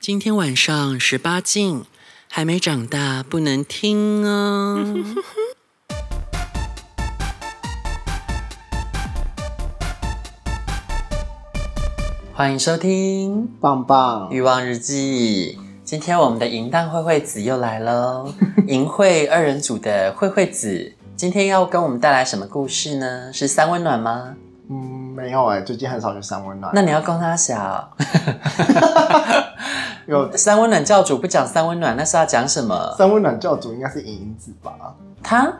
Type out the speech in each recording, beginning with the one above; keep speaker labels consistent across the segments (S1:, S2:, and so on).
S1: 今天晚上十八禁，还没长大不能听哦。欢迎收听《
S2: 棒棒
S1: 欲望日记》。今天我们的淫荡慧慧子又来 喽，淫秽二人组的慧慧子，今天要跟我们带来什么故事呢？是三温暖吗？
S2: 嗯，没有哎、最近很少去三温暖。
S1: 那你要供他小
S2: 有
S1: 三温暖教主不讲三温暖，那是要讲什么？
S2: 三温暖教主应该是银银子吧？
S1: 他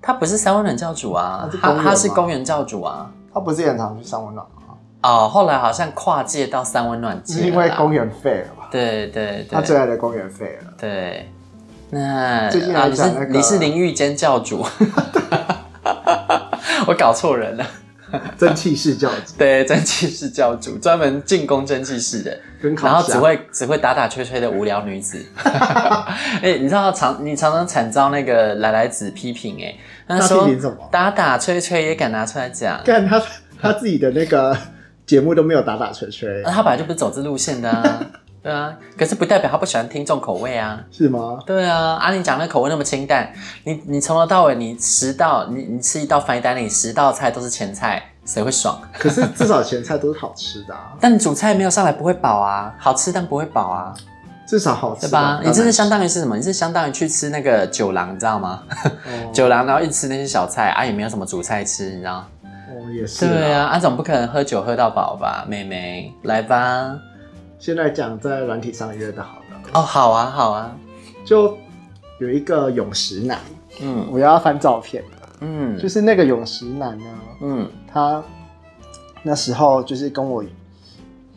S1: 他不是三温暖教主啊
S2: 他，是
S1: 他
S2: 公园
S1: 他是
S2: 吗
S1: 公园教主啊。
S2: 他不是也很常去三温暖吗？
S1: 哦，后来好像跨界到三温暖界了
S2: 是
S1: 啦
S2: 因为公园废了吧？
S1: 对啊对
S2: 他最
S1: 对
S2: 爱的公园废了。
S1: 对。那
S2: 最近
S1: 啊，
S2: 还
S1: 你是
S2: 讲那个
S1: 你是淋浴间教主， 我搞错人了。
S2: 蒸汽式教主
S1: 对，蒸汽室教主专门进攻蒸汽室的，
S2: 跟烤
S1: 然后
S2: 箱
S1: 只会只会打打吹吹的无聊女子。 哎、你知道常你常常惨遭那个来来子批评哎、他
S2: 他
S1: 说
S2: 批评什么
S1: 打打吹吹也敢拿出来讲，
S2: 看他他自己的那个节目都没有打打 吹吹
S1: 那，他本来就不是走这路线的啊，对啊，可是不代表他不喜欢听众口味啊。
S2: 是吗？
S1: 对啊，啊，你讲的口味那么清淡，你你从头到尾你十道你你吃一道 fine dining，十道菜都是前菜，谁会爽？
S2: 可是至少前菜都是好吃的、啊，
S1: 但主菜没有上来不会饱啊，好吃但不会饱啊，
S2: 至少好吃
S1: 对
S2: 的
S1: 吧？
S2: 啊当然
S1: 你这是相当于是什么？你是相当于去吃那个酒廊，你知道吗？
S2: 哦
S1: 酒廊然后一直吃那些小菜啊，也没有什么主菜吃，你知道？
S2: 哦也是
S1: 对
S2: 啊。
S1: 啊，啊总不可能喝酒喝到饱吧，妹妹，来吧。
S2: 现在讲在软体上约的好了，
S1: 哦，好啊，好啊，
S2: 就有一个泳石男，
S1: 嗯
S2: 我要翻照片了，就
S1: 嗯
S2: 是那个泳石男呢。
S1: 嗯
S2: 他那时候就是跟我，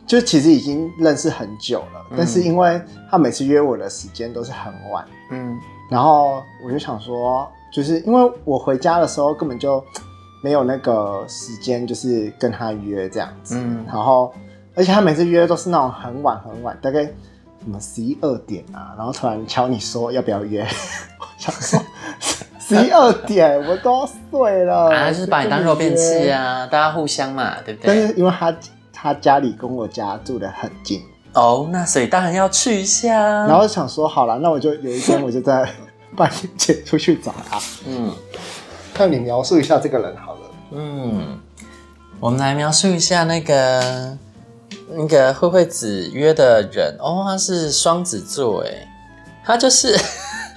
S2: 就其实已经认识很久了，
S1: 嗯
S2: 但是因为他每次约我的时间都是很晚，
S1: 嗯
S2: 然后我就想说，就是因为我回家的时候根本就没有那个时间，就是跟他约这样子，
S1: 嗯
S2: 然后而且他每次约都是那种很晚很晚，大概什么十一二点啊，然后突然敲你说要不要约， 我想说。十一二点，我都要睡了。
S1: 啊，就是把你当肉便
S2: 谁跟你
S1: 器
S2: 约
S1: 啊，大家互相嘛，对不
S2: 但
S1: 对？
S2: 是因为他他家里跟我家住的很近，
S1: 哦，那所以当然要去一下。
S2: 然后想说好了，那我就有一天我就在半夜前出去找他。
S1: 嗯
S2: 那你描述一下这个人好了，
S1: 嗯，我们来描述一下那个那个慧慧子约的人哦，他是双子座，哎，他就是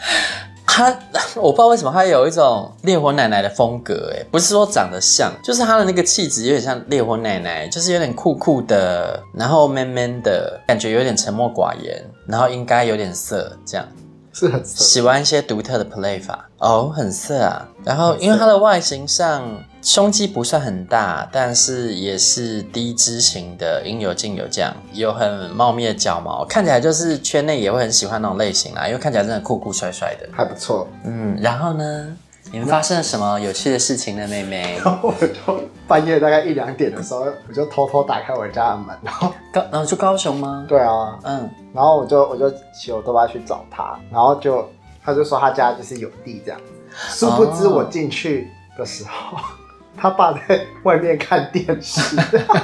S1: 他，我不知道为什么他有一种烈火奶奶的风格，哎，不是说长得像，就是他的那个气质有点像烈火奶奶，就是有点酷酷的，然后 man man 的感觉，有点沉默寡言，然后应该有点色这样。
S2: 是很色
S1: 喜欢一些独特的 play 法哦，很色啊。然后因为它的外形上，胸肌不算很大，但是也是低脂型的，应有尽有这样，有很茂密的脚毛，看起来就是圈内也会很喜欢那种类型啊啦，因为看起来真的酷酷帅帅的。
S2: 还不错。
S1: 嗯，然后呢，你们发生了什么有趣的事情呢，妹 妹？
S2: 然后我就半夜大概一两点的时候，我就偷偷打开我家的门，然后
S1: 高，然后就高雄吗？
S2: 对啊，
S1: 嗯
S2: 然后我就我就骑我爸爸去找他，然后就他就说他家就是有地这样，殊不知
S1: 哦
S2: 我进去的时候，他爸在外面看电视，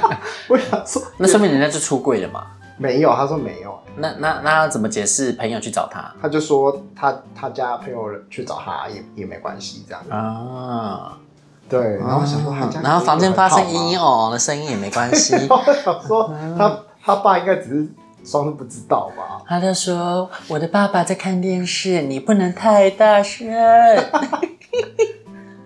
S2: 我想说
S1: 那说明人家就出柜了嘛。
S2: 没有，他说没有，
S1: 那那那要怎么解释朋友去找他
S2: 他就说他他家朋友去找他也也没关系这样。
S1: 啊？
S2: 对，然后我想说他家，
S1: 然后房间发生嘤嘤
S2: 音，
S1: 哦哦的声音也没关 系。
S2: 然后我想说他他爸应该只是装作不知道吧。
S1: 他就说：“我的爸爸在看电视，你不能太大 声。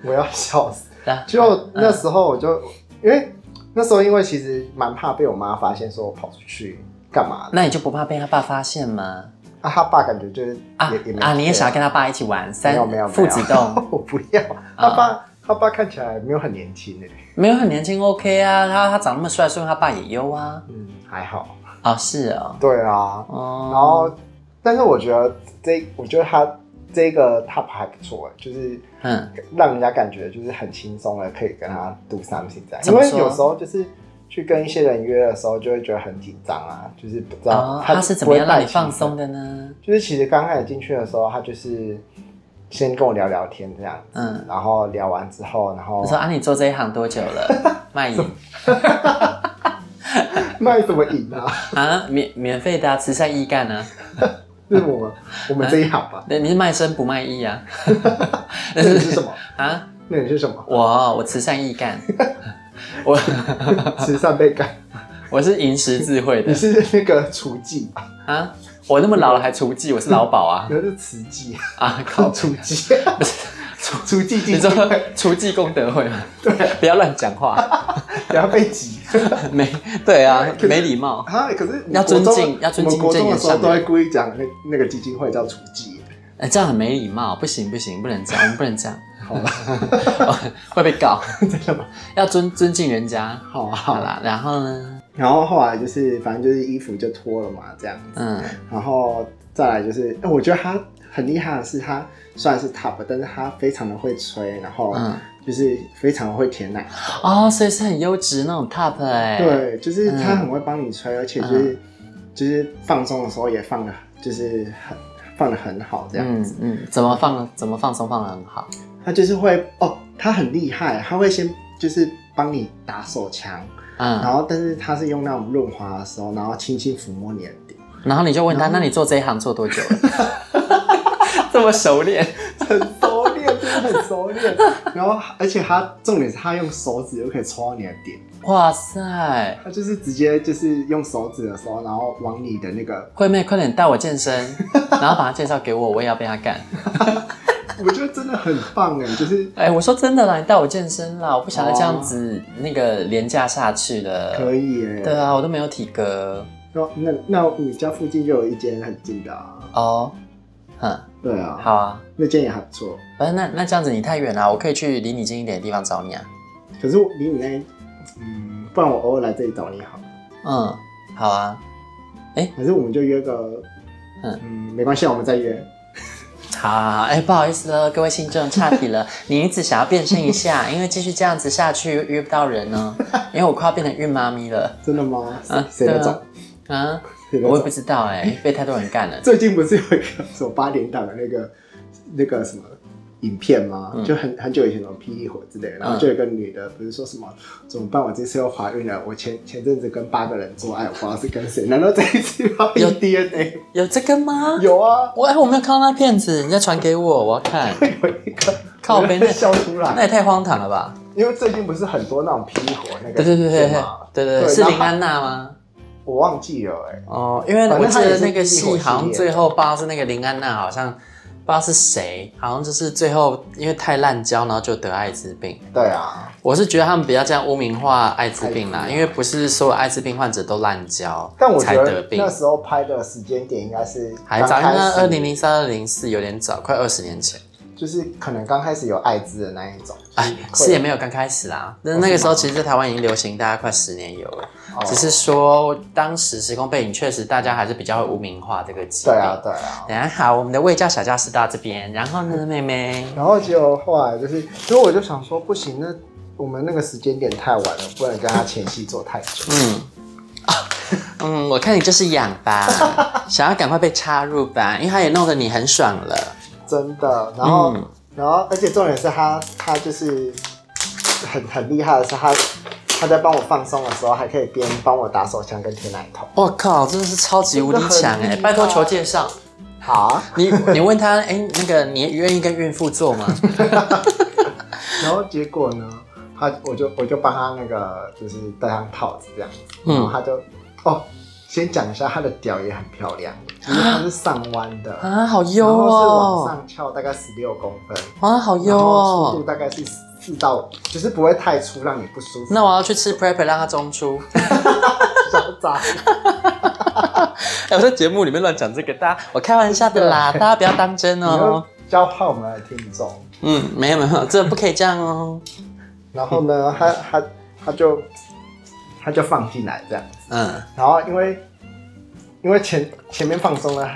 S2: 我要笑死！”
S1: 然后嗯
S2: 就那时候我就因为那时候因为其实蛮怕被我妈发现说我跑出去干嘛的，
S1: 那你就不怕被他爸发现吗？
S2: 啊他爸感觉就是
S1: 啊
S2: 也也没
S1: 啊！你也想要
S2: 对
S1: 跟他啊爸一起玩
S2: 没有
S1: 三
S2: 没有没有
S1: 父子洞？
S2: 我不要，他爸他爸看起来没有很年轻欸诶，
S1: 没有很年轻，OK 啊。他他长那么帅，说明他爸也优啊。
S2: 嗯还好，
S1: 啊、是哦，
S2: 对啊，
S1: 哦，
S2: 然后但是我觉得这，我觉得他这个 top 还不错，欸就是
S1: 嗯，
S2: 让人家感觉就是很轻松的，可以跟他 do something 这样。
S1: 怎
S2: 因
S1: 么
S2: 为
S1: 说
S2: 有时候就是去跟一些人约的时候，就会觉得很紧张啊，就是不知道
S1: 哦，他是怎么样让你放松
S2: 的。
S1: 的呢？
S2: 就是其实刚开始进去的时候，他就是先跟我聊聊天这样，
S1: 嗯，
S2: 然后聊完之后，然后
S1: 我说啊，你做这一行多久 了？卖淫
S2: 卖什么淫啊？
S1: 啊，免免费的、啊，慈善义干啊，
S2: 是我们我们这一行 吧？
S1: 那你是卖身不卖艺啊？
S2: 那你是什么？
S1: 啊，
S2: 那你是什么？
S1: 我我慈善义干， 我
S2: 慈善被干，
S1: 我是银石智慧
S2: 你
S1: 的
S2: 是那个厨技吧？
S1: 啊，我那么老了还厨技，我是老鸨啊
S2: 你是慈技，
S1: 啊靠！
S2: 厨技，厨技
S1: 你
S2: 技
S1: 说
S2: 术，
S1: 厨技功德会吗？对，不要乱讲 话，
S2: 不要被挤。
S1: 没对啊
S2: 可，是
S1: 没礼貌。
S2: 啊，可是你
S1: 要尊
S2: 国中
S1: 敬要尊敬
S2: 我们国中
S1: 正
S2: 的
S1: 言
S2: 时候
S1: 上
S2: 都
S1: 人
S2: 会故意讲那那个基金会叫厨技，
S1: 哎、这样很没礼貌，不行不行，不能这样，我们不能 这样，好吧，会被告，
S2: 真的吗？
S1: 要尊尊敬人家。
S2: 好啊，好
S1: 好
S2: 啊。
S1: 啦，然后呢，
S2: 然后后来就是，反正就是衣服就脱了嘛，这样子。
S1: 嗯，
S2: 然后再来就是，哎我觉得他很厉害的是，他虽然是 top，但是他非常的会吹，然后
S1: 嗯
S2: 就是非常会舔奶。
S1: 哦，所以是很优质那种 top 哎、，
S2: 对，就是他
S1: 嗯
S2: 很会帮你吹，而且就是、就是放松的时候也放的，就是很放的很好这样子。
S1: 嗯嗯，怎么放怎么放松放的很好，
S2: 他就是会哦，他很厉害，他会先就是帮你打手枪，
S1: 嗯，
S2: 然后但是他是用那种润滑的时候，然后轻轻抚摸你的顶，
S1: 然后你就问他，那你做这一行做多久了？ 这么熟练，
S2: 很熟练，真的很熟练。 然后而且他重点是他用手指就可以戳到你的点，
S1: 哇塞！
S2: 他就是直接就是用手指的时候，然后往你的那个，
S1: 惠妹，快点带我健身， 然后把他介绍给我，我也要被他干。
S2: 我觉得真的很棒哎，就是
S1: 哎、我说真的啦，你带我健身啦，我不想再这样子、那个廉价下去了。
S2: 可以哎。
S1: 对啊，我都没有体格
S2: 那那那你家附近就有一间很近的啊？
S1: 哦。哼，
S2: 对啊，
S1: 好啊，
S2: 那间也还不错。
S1: 反正那那这样子你太远了，我可以去离你近一点的地方找你啊。
S2: 可是我离你那，嗯，不然我偶尔来这里找你好了，
S1: 嗯，好啊，
S2: 还是我们就约个，
S1: 嗯
S2: 嗯没关系，我们再约。
S1: 好好好，哎、不好意思了，各位听众，岔题 了。你一直想要变身一下，因为继续这样子下去约不到人呢，因为我快要变成孕妈咪了
S2: 真的吗？谁
S1: 啊
S2: 谁
S1: 对
S2: 的
S1: 啊
S2: 找？
S1: 啊！
S2: 谁的
S1: 我也不
S2: 找？
S1: 知道哎、被太多人干了。
S2: 最近不是有一个什么八点档的那个那个什么？影片吗？
S1: 嗯
S2: 就很很久以前那种霹雳火之类的，然后就有一个女的，不是说什么怎么办？我这次又怀孕了。我前前阵子跟八个人做爱，我不知道是跟谁。难道这一次要
S1: 有
S2: 有 DNA？
S1: 有这个吗？
S2: 有啊，
S1: 我哎、我没有看到那片子，人家传给我，我要看。
S2: 有一个
S1: 靠哎
S2: 没
S1: 背那
S2: 笑出
S1: 那也
S2: 来，
S1: 太荒唐了吧！
S2: 因为最近不是很多那种霹雳火那个
S1: 对对对对
S2: 片
S1: 对
S2: 嘛
S1: 对对，
S2: 对
S1: 是
S2: 然后
S1: 林安娜吗？
S2: 我忘记了哎，
S1: 哦，因为
S2: 反
S1: 我
S2: 正
S1: 记
S2: 他也
S1: 得
S2: 是
S1: 那个
S2: 英
S1: 戏
S2: 国系列
S1: 好像最后不知道是那个林安娜，好像不知道是谁，好像就是最后因为太滥交，然后就得艾滋病。
S2: 对啊，
S1: 我是觉得他们不要这样污名化艾滋病啦
S2: 艾，滋病
S1: 因
S2: 啊
S1: 为不是所有艾滋病患者都滥交
S2: 但我
S1: 才
S2: 觉
S1: 得
S2: 得
S1: 病
S2: 那，时候拍的时间点应该是
S1: 还早，
S2: 刚
S1: 应该二
S2: 开
S1: 零
S2: 始，嗯
S1: 零三、二零四有点早，快二十年前。
S2: 就是可能刚开始有艾滋的那一种，
S1: 哎，是也没有刚开始啦，但是那个时候其实，在台湾已经流行大概快十年有了，
S2: 哦
S1: 只是说当时时空背景确实大家还是比较会污名化这个疾病。
S2: 对啊对啊。
S1: 等一下好，我们的卫教小教室到这边，然后呢，妹妹，
S2: 然后结果后来就是，所以我就想说，不行，那我们那个时间点太晚了，不能跟他前戏做太久。
S1: 嗯。啊嗯，我看你就是痒 吧，想要赶快被插入吧，因为他也弄得你很爽了。
S2: 真的。然后，
S1: 嗯
S2: 然后，而且重点是他，他就是很很厉害的是他，他在帮我放松的时候，还可以边帮我打手枪跟舔奶头。
S1: 我靠，真的是超级无敌强
S2: 真的
S1: 哎！
S2: 很
S1: 拜托求介绍，
S2: 好啊，
S1: 你你问他， 哎、那个你愿意跟孕妇做吗？
S2: 然后结果呢，他我就我就帮他那个就是戴上套子这样子，
S1: 嗯
S2: 然后他就哦，先讲一下他的屌也很漂亮，因为它是上弯的，
S1: 啊，好优
S2: 然后是往
S1: 哦、
S2: 上翘大概十六公分，
S1: 啊，好优
S2: 然后
S1: 哦、
S2: 粗度大概是四到，就是不会太粗让你不舒服。
S1: 那我要去吃 prep 让他中出。
S2: 小杂。
S1: 哎，我在节目里面乱讲这个，大家我开玩笑的啦，大家不要当真
S2: 你要
S1: 哦。
S2: 教坏我们的听众。
S1: 嗯，没有没有，这不可以这样哦。
S2: 然后呢，他他他就他就放进来这样，
S1: 嗯，
S2: 然后因为因为前前面放松了，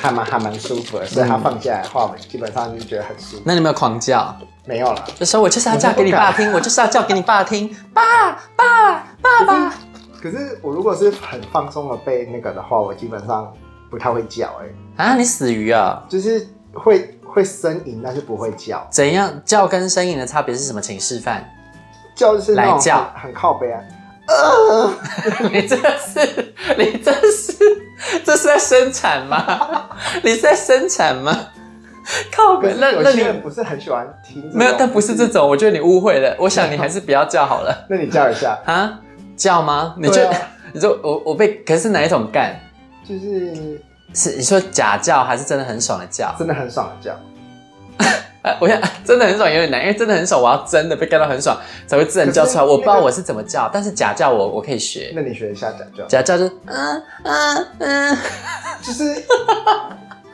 S2: 还蛮还蛮舒服的，所以他放下来的话，我基本上就觉得很舒服。
S1: 那你有没有狂叫？
S2: 没有了，
S1: 就说我就是要叫给你爸听，我就是要叫给你爸听，爸爸爸爸。
S2: 可是我如果是很放松的被那个的话，我基本上不太会叫、欸，哎，
S1: 啊，你死鱼啊！
S2: 就是会会呻吟，但是不会叫，
S1: 怎样叫跟呻吟的差别是什么？请示范。
S2: 叫就是那种
S1: 来叫
S2: 很很靠背啊，
S1: 你这是，你这是，这是在生产吗？ 你是在生产 吗？靠
S2: 可
S1: 北，
S2: 是
S1: 那
S2: 有
S1: 那
S2: 些
S1: 你
S2: 人不是很喜欢听这种。
S1: 没有，但不是这种，我觉得你误会了。我想你还是不要叫好了
S2: 那你叫一下，
S1: 啊，叫吗？你就、
S2: 对啊
S1: 你说我我被，可是哪一种干？
S2: 就是
S1: 是你说假叫还是真的很爽的叫？
S2: 真的很爽的叫。
S1: 哎，我想 真的很爽有点难，因为真的很爽，我要真的被干到很爽才会自然叫出来。
S2: 可是那个
S1: 我不知道我是怎么叫，但是假叫我我可以学。
S2: 那你学一下讲叫，
S1: 假叫就是嗯嗯嗯
S2: 就是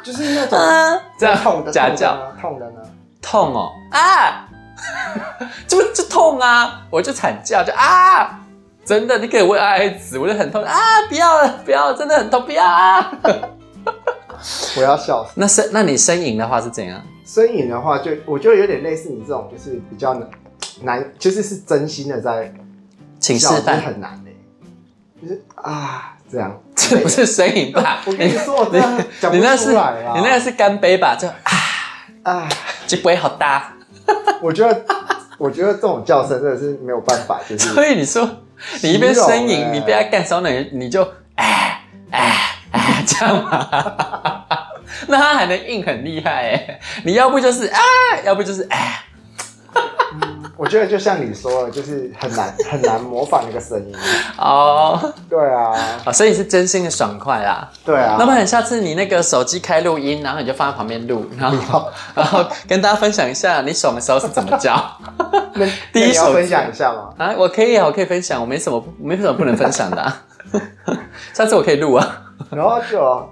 S2: 就是 那种
S1: 嗯，这样
S2: 痛的
S1: 假
S2: 痛的
S1: 叫。
S2: 呢痛的呢，
S1: 痛哦啊， 就就痛啊，我就惨叫就啊，真的，你可以问爱子，我就很痛啊，不要了，不要了，真的很痛，不要啊。
S2: 我要笑死。
S1: 那呻，那你呻吟的话是怎样？
S2: 呻吟的话就，我觉得有点类似你这种，就是比较难难，就是是真心的在
S1: 请示
S2: 叫，真的
S1: 范，
S2: 很难的、欸就是啊这样，
S1: 这不是呻吟吧？
S2: 我跟你说，我真的讲
S1: 哎你
S2: 不
S1: 那是
S2: 出
S1: 你
S2: 来啊啦。
S1: 那个是干杯吧？就啊，
S2: 啊，
S1: 这杯好搭。
S2: 我觉得，我觉得这种叫声真的是没有办法， 就是
S1: 所以你说你一边呻
S2: 形容
S1: 吟，
S2: 欸
S1: 你被他干烧，那你你就哎哎哎这样嘛？ 那他还能硬很厉害哎！你要不就是啊，要不就是哎，
S2: 我觉得就像你说的，就是很难 很难模仿那个声音。
S1: 哦，
S2: 对啊，
S1: 哦所以你是真心的爽快啦。
S2: 对啊
S1: 那。不然下次你那个手机开录音，然后你就放在旁边录，然 后然后跟大家分享一下你爽的时候是怎么 叫啊？
S2: 那
S1: 第一
S2: 那你要
S1: 首
S2: 分享一下吗？
S1: 我可以啊，我可以分享，我没什么不没什么不能分享的、啊。 下次我可以录啊。
S2: 然后就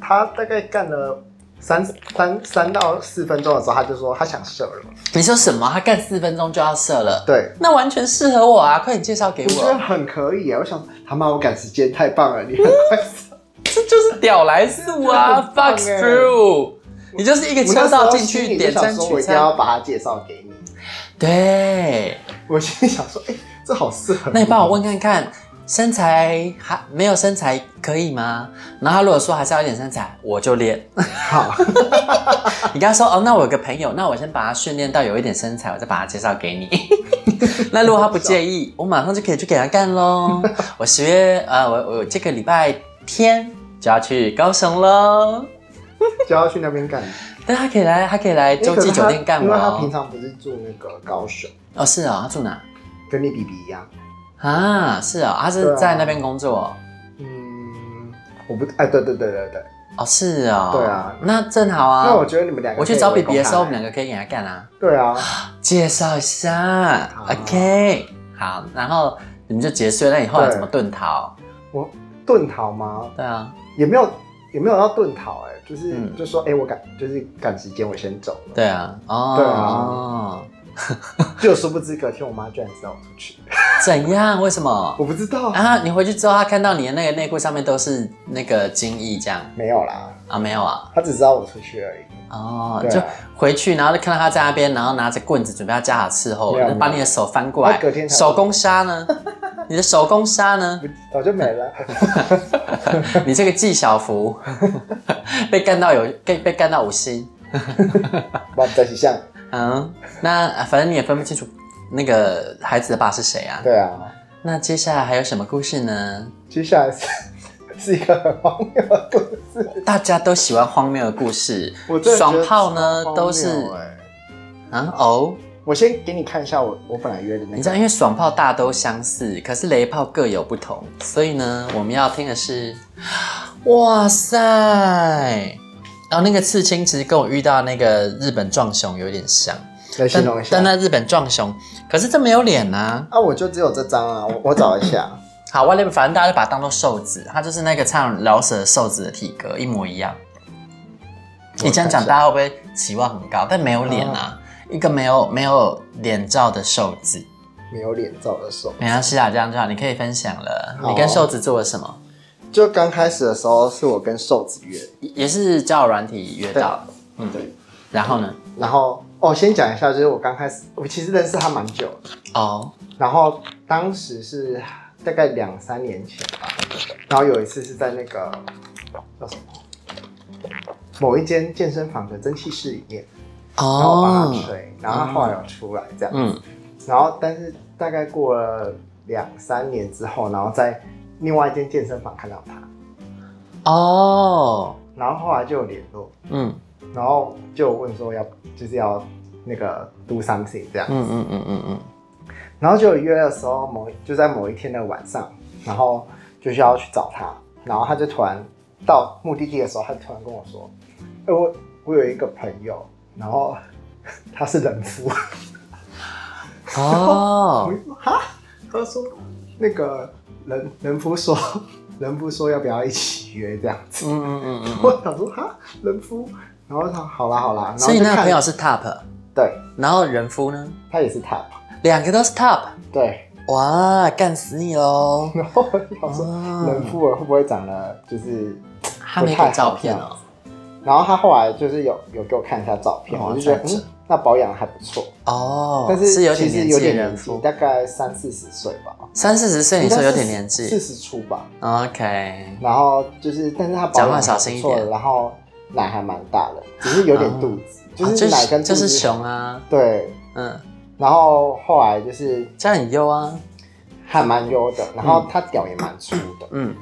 S2: 他大概干了三三三到四分钟的时候，他就说他想射了。
S1: 你说什么？他干四分钟就要射了？
S2: 对，
S1: 那完全适合我啊！快点介绍给
S2: 我觉得
S1: 我，
S2: 很可以啊。我想他妈我赶时间太棒了，你很快射。
S1: 这就是屌来素
S2: 真的
S1: 啊
S2: 很棒哎
S1: ，fuck through，你就是一个
S2: 我那
S1: 车
S2: 时
S1: 道
S2: 候
S1: 进
S2: 心
S1: 去
S2: 里就
S1: 点
S2: 想
S1: 餐
S2: 说我
S1: 取
S2: 一定
S1: 餐
S2: 要，把它介绍给你。
S1: 对。
S2: 我心里想说，哎、这好适合。
S1: 那你帮我问看看，身材还没有身材可以吗？然后他如果说还是要一点身材，我就练。
S2: 好，
S1: 你跟他说哦，那我有个朋友，那我先把他训练到有一点身材，我再把他介绍给你。 那如果他不介意，我马上就可以去给他干喽。我十月呃，我我这个礼拜天就要去高雄喽。
S2: 就要去那边干。
S1: 对，哎他可以来，他可以来洲际酒店干
S2: 因
S1: 嘛
S2: 为他平
S1: 哦？
S2: 常不是住那个高雄，
S1: 哦，是哦，他住哪
S2: 跟你比比一样。
S1: 啊？是哦，他
S2: 对
S1: 是
S2: 啊
S1: 在那边工作哦。
S2: 嗯，我不，哎，对对对对对。
S1: 哦是哦，
S2: 对啊
S1: 那正好啊。
S2: 那我觉得你们两个，
S1: 我去找比比的时候，我们两个可以给他干啊，
S2: 个。对啊，
S1: 介绍一下
S2: 好
S1: ，OK，好，然后你们就结束了。那你后来
S2: 对
S1: 怎么遁逃？
S2: 我遁逃吗？
S1: 对啊，
S2: 也没有，也没有要遁逃、哎，就是、
S1: 嗯
S2: 就说，哎、我赶，就是赶时间，我先走了。
S1: 对啊，
S2: 啊
S1: 哦，
S2: 就殊不知隔天我妈居然知道我出去，
S1: 怎样？为什么？
S2: 我不知道，
S1: 啊，你回去之后，他看到你的那个内裤上面都是那个精液，这样
S2: 没有啦，
S1: 啊？没有啊？
S2: 她只知道我出去而已。
S1: 哦，
S2: 对
S1: 就
S2: 啊
S1: 回去，然后就看到他在那边，然后拿着棍子准备要加他伺候
S2: 没有，
S1: 把
S2: 没有
S1: 你的手翻过来
S2: 他隔天，才
S1: 手工杀 呢？你的手工杀呢？
S2: 不早就 没了，
S1: 你这个纪晓芙 被干到有被被干到五星，
S2: 把在一像，
S1: 嗯，那啊反正你也分不清楚那个孩子的爸是谁啊。
S2: 对啊，
S1: 那接下来还有什么故事呢？
S2: 接下来是 是一个很荒谬的故事。
S1: 大家都喜欢荒谬的故事
S2: 我真，的觉
S1: 爽
S2: 得
S1: 炮呢
S2: 荒谬
S1: 都是
S2: 欸
S1: 啊哦，
S2: 我先给你看一下我我本来约的那
S1: 你知道，
S2: 个，
S1: 因为爽炮大都相似，可是雷炮各有不同，所以呢，我们要听的是，哇塞！然后那个刺青其实跟我遇到那个日本壮熊有点像，
S2: 来形容一下
S1: 但。那日本壮熊，可是这没有脸呐、
S2: 啊，我就只有这张啊，我我找一 下，
S1: 好，外面反正大家就把它当做瘦子，它就是那个唱饶舌瘦子的体格一模一样。你这样讲，大家会不会期望很高？但没有脸啊，
S2: 嗯
S1: 一个没有没有脸罩的瘦子。
S2: 没有脸照的手。
S1: 没关系啊，这样就好。你可以分享了，
S2: 好
S1: 你跟瘦子做了什么？
S2: 就刚开始的时候是我跟瘦子约，
S1: 也也是交友软体约到的。嗯，
S2: 对。
S1: 然后呢？
S2: 然后哦，先讲一下，就是我刚开始，我其实认识他蛮久的，
S1: 哦，
S2: 然后当时是大概两三年前吧，然后有一次是在那个叫什么某一间健身房的蒸汽室里面，然后我帮他
S1: 哦，
S2: 吹，然后他后来有出来这样，
S1: 嗯，
S2: 然后但是大概过了两三年之后，然后在另外一间健身房看到他，
S1: 哦，
S2: 然后后来就有联络，
S1: 嗯
S2: 然后就有问说要就是要那个 do something 这样，
S1: 嗯嗯嗯嗯嗯，
S2: 然后就有约的时候某就在某一天的晚上，然后就是要去找他，然后他就突然到目的地的时候，他突然跟我说：“哎、我我有一个朋友，然后 他是人夫。
S1: 哦
S2: 我，就说哈，他说那个人人夫说 人夫说要不要一起约这样子
S1: 嗯，嗯嗯嗯嗯，
S2: 我想说哈人夫，然后他好啦好啦，然 后
S1: 所以
S2: 就
S1: 那个
S2: 看
S1: 朋友是 top，
S2: 对
S1: 然后人夫呢，
S2: 他也是他，
S1: 两个都是 top，
S2: 对，
S1: 哇，干死你哦喽！
S2: 然后我就想说
S1: 哦
S2: 人夫会不会长得就是
S1: 他没给照片哦，
S2: 然后他后来就是有有给我看一下照片，
S1: 哦
S2: 我就觉得
S1: 这样子
S2: 嗯，那保养得还不错，
S1: 哦，
S2: 但是
S1: 有
S2: 其
S1: 点
S2: 实
S1: 年
S2: 有
S1: 纪的
S2: 点
S1: 人
S2: 年纪，
S1: 夫，
S2: 大概三四十岁吧。
S1: 三四十岁，你说有点年
S2: 四
S1: 纪
S2: 十出吧。
S1: ，OK，
S2: 然后就是，但是他保
S1: 讲话
S2: 养
S1: 小
S2: 还
S1: 心
S2: 不
S1: 一
S2: 错
S1: 点
S2: 的，然后奶还蛮大的，只是有点肚子，
S1: 啊
S2: 是奶跟肚
S1: 就
S2: 子、
S1: 是熊啊，
S2: 对。
S1: 嗯，
S2: 然后后来就是
S1: 这样很优啊，
S2: 还蛮优的，然后他屌也蛮粗的，
S1: 嗯，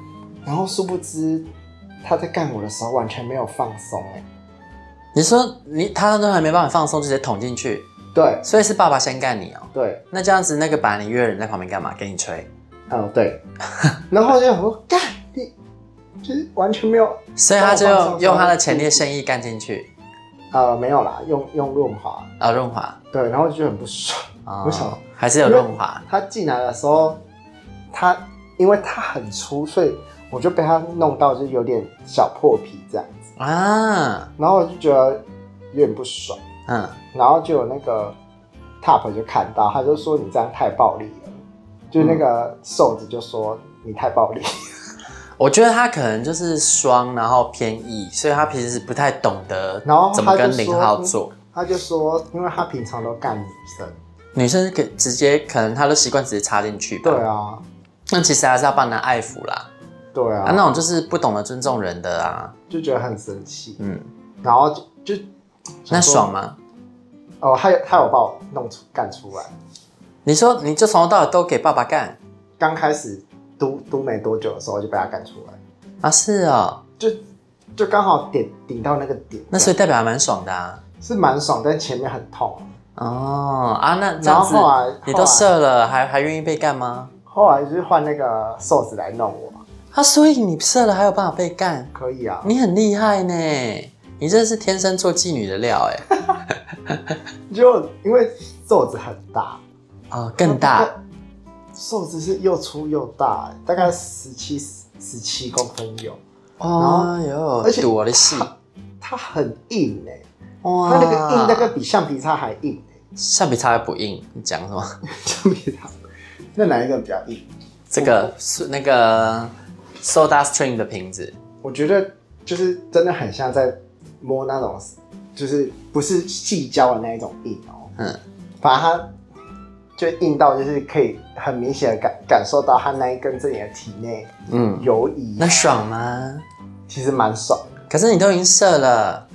S2: 然后殊不知他在干我的时候完全没有放松哎、
S1: 你说你他都还没办法放松，就直接捅进去，
S2: 对
S1: 所以是爸爸先干你哦。
S2: 对，
S1: 那这样子，那个把你约的人在旁边干嘛？给你吹，
S2: 嗯 对，然后就想说干你，就是完全没有
S1: 所以他就
S2: 帮我放松
S1: 用他的前列腺液干进去，
S2: 呃没有啦，用用润滑，
S1: 啊，润滑，
S2: 对，然后就很不爽，
S1: 啊，
S2: 我想
S1: 还是有润滑，
S2: 他进来的时候，他因为他很粗，所以我就被他弄到就有点小破皮这样子，
S1: 啊，
S2: 然后我就觉得有点不爽，
S1: 嗯，
S2: 然后就有那个 TOP 就看到，他就说你这样太暴力了，就是那个瘦子就说你太暴力，
S1: 我觉得他可能就是双，然后偏异，所以他平时不太懂得
S2: 然后
S1: 怎么
S2: 他
S1: 跟
S2: 就
S1: 零
S2: 说嗯
S1: 号做。
S2: 他就说因为他平常都干女生，
S1: 女生可直接可能她都习惯直接插进去吧。
S2: 对，啊，
S1: 那其实还是要帮人家爱抚啦。
S2: 对啊，
S1: 啊，那种就是不懂得尊重人的啊。
S2: 就觉得很生气，
S1: 嗯，
S2: 然后就就
S1: 那爽
S2: 吗？
S1: 吗？
S2: 哦，他有他有把我弄出干出来。
S1: 你说你就从头到尾都给爸爸干
S2: 刚开始读读没多久的时候就被他赶出来，
S1: 啊？是哦，
S2: 就就刚好点顶到那个点，
S1: 那所以代表还蛮爽的啊。
S2: 是蛮爽，但前面很痛。
S1: 哦啊，那这
S2: 然
S1: 样
S2: 后
S1: 子
S2: 后来
S1: 你都射了，还还愿意被干吗？
S2: 后来就是换那个瘦子来弄我，
S1: 啊，所以你射了还有办法被干，
S2: 可以啊，
S1: 你很厉害呢，你这是天生做妓女的料哎、
S2: 就因为瘦子很大，
S1: 哦，更 大，
S2: 那，瘦子是又粗又大、大概十七十七公分有，
S1: 哦哟，
S2: 而且
S1: 赌我的 戏，
S2: 它它很硬哎、
S1: 哇
S2: 它那个硬大概比橡皮擦还硬哎、
S1: 橡皮擦还不硬，你讲什么？
S2: 橡皮擦，那哪一个比较硬？
S1: 这 个是那个 soda stream 的瓶子，
S2: 我觉得就是真的很像在摸那种，就是不是细胶的那一种硬哦，
S1: 嗯，
S2: 反正它就硬到就是可以很明显的感感受到它那一根在你的体内
S1: 嗯，
S2: 游移，啊
S1: 那爽吗？
S2: 其实蛮爽。
S1: 可是你都已经射了，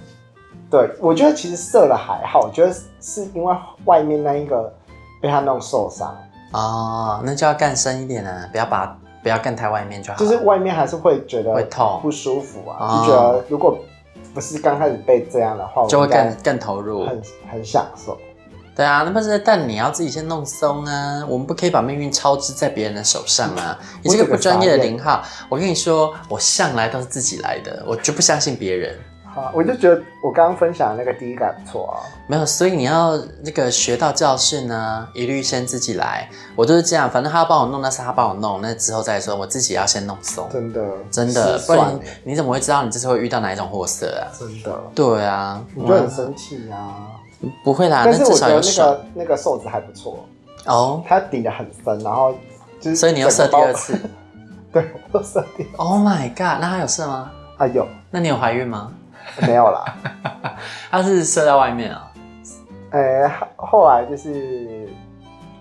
S2: 对，我觉得其实射了还好，我觉得是因为外面那一个被它弄受伤，
S1: 哦，那就要干深一点啊，不要把不要干太外面就好，
S2: 就是外面还是会觉得
S1: 会痛
S2: 不舒服啊，
S1: 哦
S2: 就觉得如果不是刚开始被这样的话，我
S1: 就会
S2: 应该
S1: 更更投入。
S2: 很很享受。
S1: 对啊，那不是但你要自己先弄松啊，我们不可以把命运操之在别人的手上 啊！你这个不专业的零号，我跟你说，我向来都是自己来的，我绝不相信别人。
S2: 好，啊我就觉得我刚刚分享的那个第一感不错啊，
S1: 没有，所以你要那个学到教训呢，一律先自己来。我都是这样，反正他要帮我弄，那是他帮我弄，那之后再说，我自己要先弄松。
S2: 真的，
S1: 真的，
S2: 失
S1: 不
S2: 算
S1: 然
S2: 欸
S1: 你怎么会知道你这次会遇到哪一种货色啊？
S2: 真的，
S1: 对啊，
S2: 我就很
S1: 嗯
S2: 生气啊。
S1: 不会啦，
S2: 但
S1: 那
S2: 是
S1: 至
S2: 我觉
S1: 少
S2: 得
S1: 有
S2: 那
S1: 爽
S2: 个那个瘦子还不错，
S1: 哦。
S2: 他顶得很深，然后就是
S1: 所以你又射
S2: 整个
S1: 第
S2: 包
S1: 二次，
S2: 对，我有射点
S1: Oh my god！那他有射吗？
S2: 啊，有
S1: 那你有怀孕吗？
S2: 没有啦？
S1: 他是射在外面啊？
S2: 呃，后来就是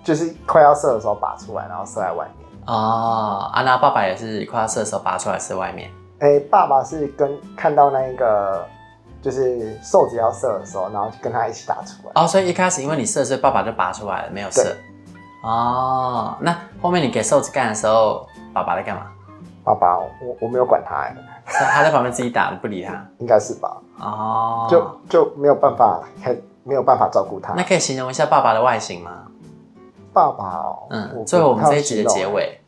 S2: 就是快要射的时候拔出来，然后射在外面。
S1: 哦，啊，那爸爸也是快要射的时候拔出来射外面。
S2: 哎、爸爸是跟看到那一个就是瘦子要射的时候，然后就跟他一起打出来。
S1: 哦，所以一开始因为你射，所以爸爸就拔出来了，没有射
S2: 对。
S1: 哦，那后面你给瘦子干的时候，爸爸在干嘛？
S2: 爸爸，我我没有管他、哎
S1: 是他在旁边自己打，你不理他。
S2: 应该是吧？
S1: 哦，
S2: 就就没有办法，还没有办法照顾他
S1: 那。可以形容一下爸爸的外形吗？
S2: 爸爸、哦，
S1: 嗯，
S2: 不
S1: 作为我们这一集的
S2: 不太
S1: 结
S2: 知道，
S1: 尾，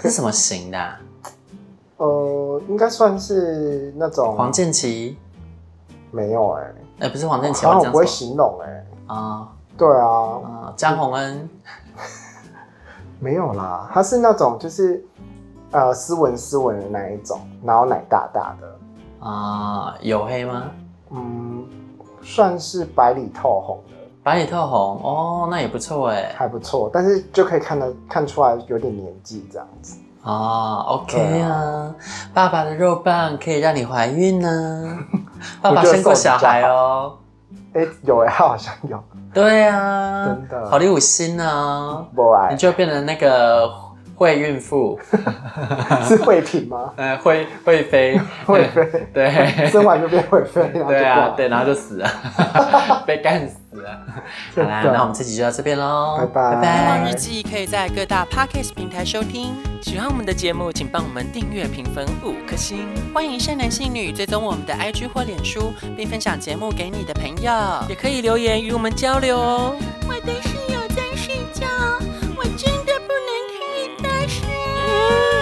S1: 是什么型的啊、
S2: 呃，应该算是那种
S1: 黄建奇？
S2: 没有哎、
S1: 哎、不是黄建奇，
S2: 好像
S1: 我
S2: 我不会
S1: 讲什
S2: 形容哎、
S1: 么？啊
S2: 对啊，
S1: 啊，张洪恩
S2: 没有啦，他是那种就是呃斯文斯文的那一种，然后奶大大的，
S1: 啊，黝黑吗？
S2: 嗯，算是白里透红的，
S1: 白里透红哦，那也不错哎。
S2: 还不错，但是就可以看得看出来有点年纪这样子。
S1: 哦，OK
S2: 对
S1: 啊，爸爸的肉棒可以让你怀孕 呢、爸爸
S2: 我觉得
S1: 生过小孩哦。
S2: 哎、有哎、他好像 有，
S1: 对啊，
S2: 真的
S1: 好利五星哦，
S2: 不
S1: 你
S2: 哎，
S1: 就变成那个会孕 妇，
S2: 是惠品 吗？
S1: 呃，会会飞，
S2: 惠妃，
S1: 对。
S2: 生完就变惠妃，然后就
S1: 对
S2: 挂
S1: 啊
S2: 了，
S1: 对，然后就死 了，被干死了。好
S2: 真的
S1: 啦，那我们这集就到这边喽，
S2: 拜拜
S3: 欲望
S1: 拜
S3: 日记可以在各大 podcast 平台收听。喜欢我们的节目，请帮我们订阅、评分五颗星。欢迎善男信女追踪我们的 IG 或脸书，并分享节目给你的朋友，也可以留言与我们交流哦。
S4: 我的室友在睡觉，我真的不能开大声。
S3: 嗯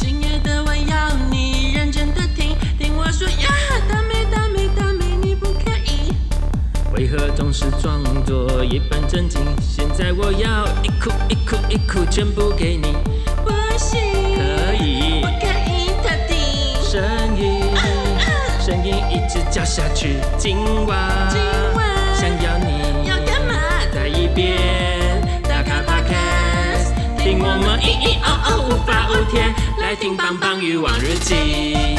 S4: 今夜的我要你认真的听，听我说呀，大美大美大美，你不可以。
S3: 为何总是装作一本正经？现在我要一哭一哭一哭全部给你，
S4: 不行，
S3: 可以
S4: 不可以啊他停。
S3: 声音，声音一直叫下去，今晚，
S4: 今晚
S3: 想要你，
S4: 要干嘛？
S3: 再一遍，打开 Podcast，听我们咿咿哦哦无法无天，来听棒棒与往日记。